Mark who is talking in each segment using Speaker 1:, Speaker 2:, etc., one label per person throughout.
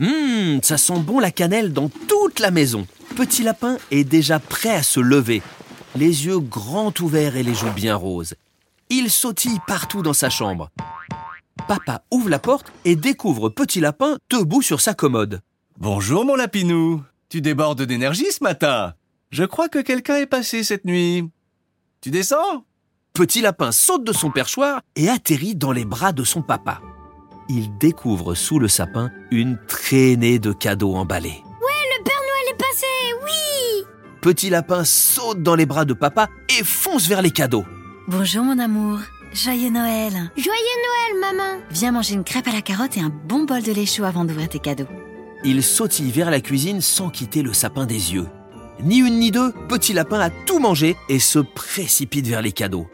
Speaker 1: Hum, ça sent bon la cannelle dans toute la maison. Petit Lapin est déjà prêt à se lever, les yeux grands ouverts et les joues bien roses. Il sautille partout dans sa chambre. Papa ouvre la porte et découvre Petit Lapin debout sur sa commode.
Speaker 2: Bonjour mon lapinou. Tu débordes d'énergie ce matin. Je crois que quelqu'un est passé cette nuit. Tu descends
Speaker 1: Petit Lapin saute de son perchoir et atterrit dans les bras de son papa. Il découvre sous le sapin une traînée de cadeaux emballés.
Speaker 3: Le Père Noël est passé, oui
Speaker 1: Petit Lapin saute dans les bras de papa et fonce vers les cadeaux.
Speaker 4: Bonjour mon amour, joyeux Noël.
Speaker 3: Joyeux Noël, maman
Speaker 4: Viens manger une crêpe à la carotte et un bon bol de lait chaud avant d'ouvrir tes cadeaux.
Speaker 1: Il sautille vers la cuisine sans quitter le sapin des yeux. Ni une ni deux, Petit Lapin a tout mangé et se précipite vers les cadeaux.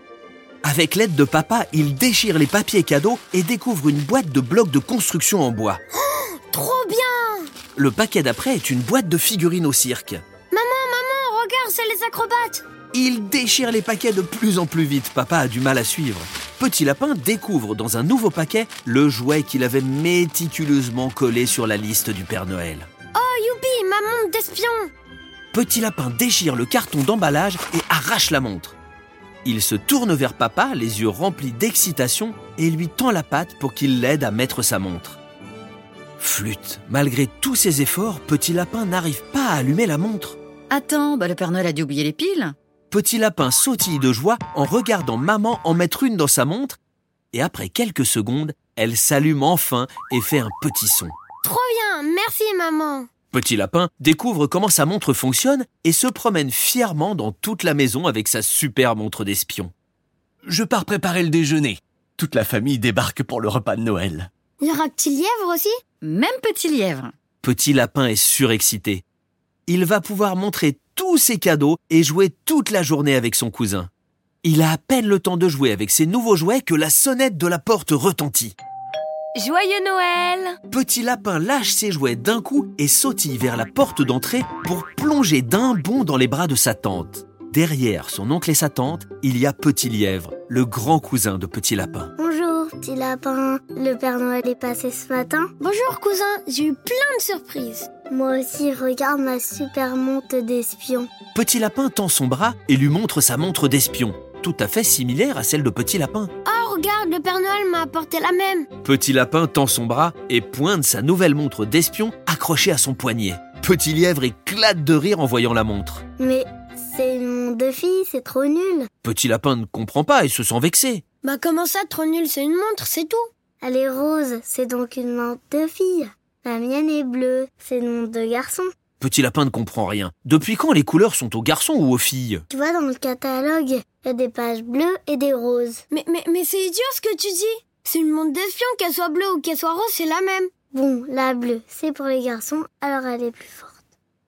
Speaker 1: Avec l'aide de papa, il déchire les papiers cadeaux et découvre une boîte de blocs de construction en bois.
Speaker 3: Oh, Trop bien
Speaker 1: Le paquet d'après est une boîte de figurines au cirque.
Speaker 3: Oh, regarde, c'est les acrobates
Speaker 1: Il déchire les paquets de plus en plus vite, papa a du mal à suivre. Petit Lapin découvre dans un nouveau paquet le jouet qu'il avait méticuleusement collé sur la liste du Père Noël.
Speaker 3: Oh, youpi, ma montre d'espion
Speaker 1: Petit Lapin déchire le carton d'emballage et arrache la montre. Il se tourne vers papa, les yeux remplis d'excitation, et lui tend la patte pour qu'il l'aide à mettre sa montre. Flûte, malgré tous ses efforts, Petit Lapin n'arrive pas à allumer la montre.
Speaker 4: Attends, bah le Père Noël a dû oublier les piles.
Speaker 1: Petit Lapin sautille de joie en regardant maman en mettre une dans sa montre, et après quelques secondes, elle s'allume enfin et fait un petit son.
Speaker 3: Trop bien, merci, maman
Speaker 1: Petit Lapin découvre comment sa montre fonctionne et se promène fièrement dans toute la maison avec sa super montre d'espion.
Speaker 2: Je pars préparer le déjeuner. Toute la famille débarque pour le repas de Noël.
Speaker 3: Il y aura petit lièvre aussi
Speaker 4: Même petit lièvre.
Speaker 1: Petit Lapin est surexcité. Il va pouvoir montrer tous ses cadeaux et jouer toute la journée avec son cousin. Il a à peine le temps de jouer avec ses nouveaux jouets que la sonnette de la porte retentit.
Speaker 3: Joyeux Noël
Speaker 1: Petit Lapin lâche ses jouets d'un coup et sautille vers la porte d'entrée pour plonger d'un bond dans les bras de sa tante. Derrière son oncle et sa tante, il y a Petit Lièvre, le grand cousin de Petit Lapin.
Speaker 5: Bonjour, petit lapin. Le Père Noël est passé ce matin.
Speaker 3: Bonjour, cousin, j'ai eu plein de surprises
Speaker 5: Moi aussi, regarde ma super monte d'espion.
Speaker 1: Petit Lapin tend son bras et lui montre sa montre d'espion, tout à fait similaire à celle de Petit Lapin.
Speaker 3: Oh, regarde, le Père Noël m'a apporté la même
Speaker 1: Petit Lapin tend son bras et pointe sa nouvelle montre d'espion accrochée à son poignet. Petit Lièvre éclate de rire en voyant la montre.
Speaker 5: Mais c'est une montre de fille, c'est trop nul.
Speaker 1: Petit Lapin ne comprend pas et se sent vexé.
Speaker 3: Bah comment ça, trop nul, c'est une montre, c'est tout
Speaker 5: Elle est rose, c'est donc une montre de fille. La mienne est bleue, c'est une montre de garçon.
Speaker 1: Petit Lapin ne comprend rien. Depuis quand les couleurs sont aux garçons ou aux filles
Speaker 5: Tu vois, dans le catalogue, il y a des pages bleues et des roses.
Speaker 3: Mais, mais, mais c'est idiot ce que tu dis C'est une montre d'espion, qu'elle soit bleue ou qu'elle soit rose, c'est la même
Speaker 5: Bon, la bleue, c'est pour les garçons, alors elle est plus forte.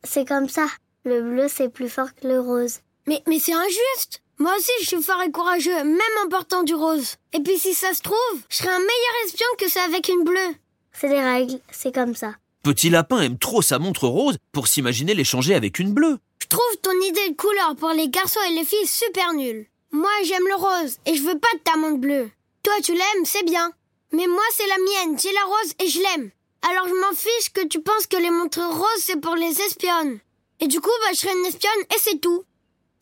Speaker 5: C'est comme ça. Le bleu, c'est plus fort que le rose.
Speaker 3: Mais, mais c'est injuste Moi aussi, je suis fort et courageux, même en portant du rose. Et puis si ça se trouve, je serai un meilleur espion que ça avec une bleue.
Speaker 5: C'est des règles, c'est comme ça.
Speaker 1: Petit Lapin aime trop sa montre rose pour s'imaginer l'échanger avec une bleue.
Speaker 3: Je trouve ton idée de couleur pour les garçons et les filles super nulle. Moi, j'aime le rose et je veux pas de ta montre bleue. Toi, tu l'aimes, c'est bien. Mais moi, c'est la mienne, j'ai la rose et je l'aime. Alors je m'en fiche que tu penses que les montres roses, c'est pour les espionnes. Et du coup, bah, je serai une espionne et c'est tout.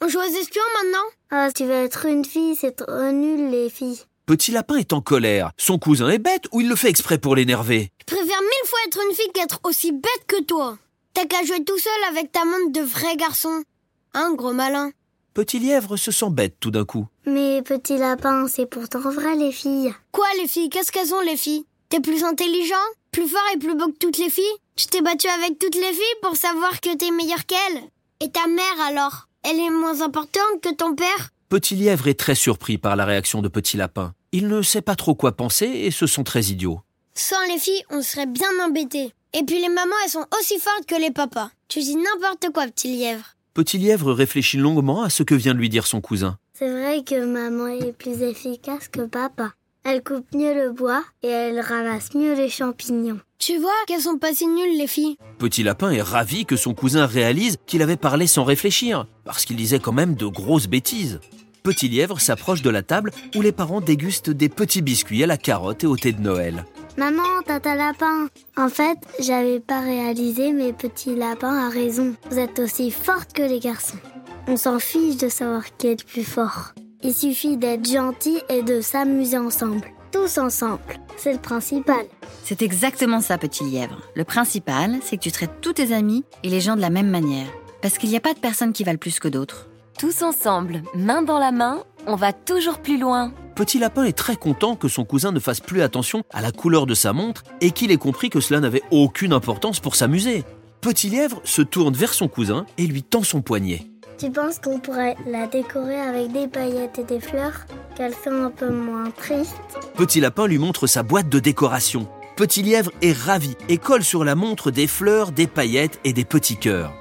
Speaker 3: On joue aux espions maintenant
Speaker 5: Ah, tu vas être une fille, c'est trop nul, les filles.
Speaker 1: Petit Lapin est en colère. Son cousin est bête ou il le fait exprès pour l'énerver
Speaker 3: Je préfère mille fois être une fille qu'être aussi bête que toi. T'as qu'à jouer tout seul avec ta montre de vrai garçon. Un gros malin.
Speaker 1: Petit Lièvre se sent bête tout d'un coup.
Speaker 5: Mais petit lapin, c'est pourtant vrai, les filles.
Speaker 3: Quoi, les filles Qu'est-ce qu'elles ont, les filles T'es plus intelligent, plus fort et plus beau que toutes les filles Tu t'es battu avec toutes les filles pour savoir que t'es meilleur qu'elles Et ta mère, alors Elle est moins importante que ton père
Speaker 1: Petit Lièvre est très surpris par la réaction de Petit Lapin. Il ne sait pas trop quoi penser et se sent très idiot.
Speaker 3: Sans les filles, on serait bien embêtés. Et puis les mamans, elles sont aussi fortes que les papas. Tu dis n'importe quoi, petit lièvre.
Speaker 1: Petit Lièvre réfléchit longuement à ce que vient de lui dire son cousin.
Speaker 5: C'est vrai que maman est plus efficace que papa. Elle coupe mieux le bois et elle ramasse mieux les champignons.
Speaker 3: Tu vois qu'elles sont pas si nulles, les filles.
Speaker 1: Petit Lapin est ravi que son cousin réalise qu'il avait parlé sans réfléchir, parce qu'il disait quand même de grosses bêtises. Petit Lièvre s'approche de la table où les parents dégustent des petits biscuits à la carotte et au thé de Noël.
Speaker 5: Maman, t'as un lapin. En fait, j'avais pas réalisé mes petits lapins à raison. Vous êtes aussi forte que les garçons. On s'en fiche de savoir qui est le plus fort. Il suffit d'être gentil et de s'amuser ensemble. Tous ensemble. C'est le principal.
Speaker 4: C'est exactement ça, petit lièvre. Le principal, c'est que tu traites tous tes amis et les gens de la même manière. Parce qu'il n'y a pas de personne qui valent plus que d'autres.
Speaker 6: Tous ensemble, main dans la main, on va toujours plus loin.
Speaker 1: Petit Lapin est très content que son cousin ne fasse plus attention à la couleur de sa montre et qu'il ait compris que cela n'avait aucune importance pour s'amuser. Petit Lièvre se tourne vers son cousin et lui tend son poignet.
Speaker 5: Tu penses qu'on pourrait la décorer avec des paillettes et des fleurs Qu'elle soit un peu moins triste
Speaker 1: Petit Lapin lui montre sa boîte de décoration. Petit Lièvre est ravi et colle sur la montre des fleurs, des paillettes et des petits cœurs.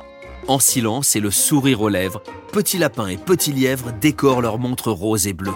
Speaker 1: En silence et le sourire aux lèvres, Petit Lapin et Petit Lièvre décorent leur montre rose et bleue.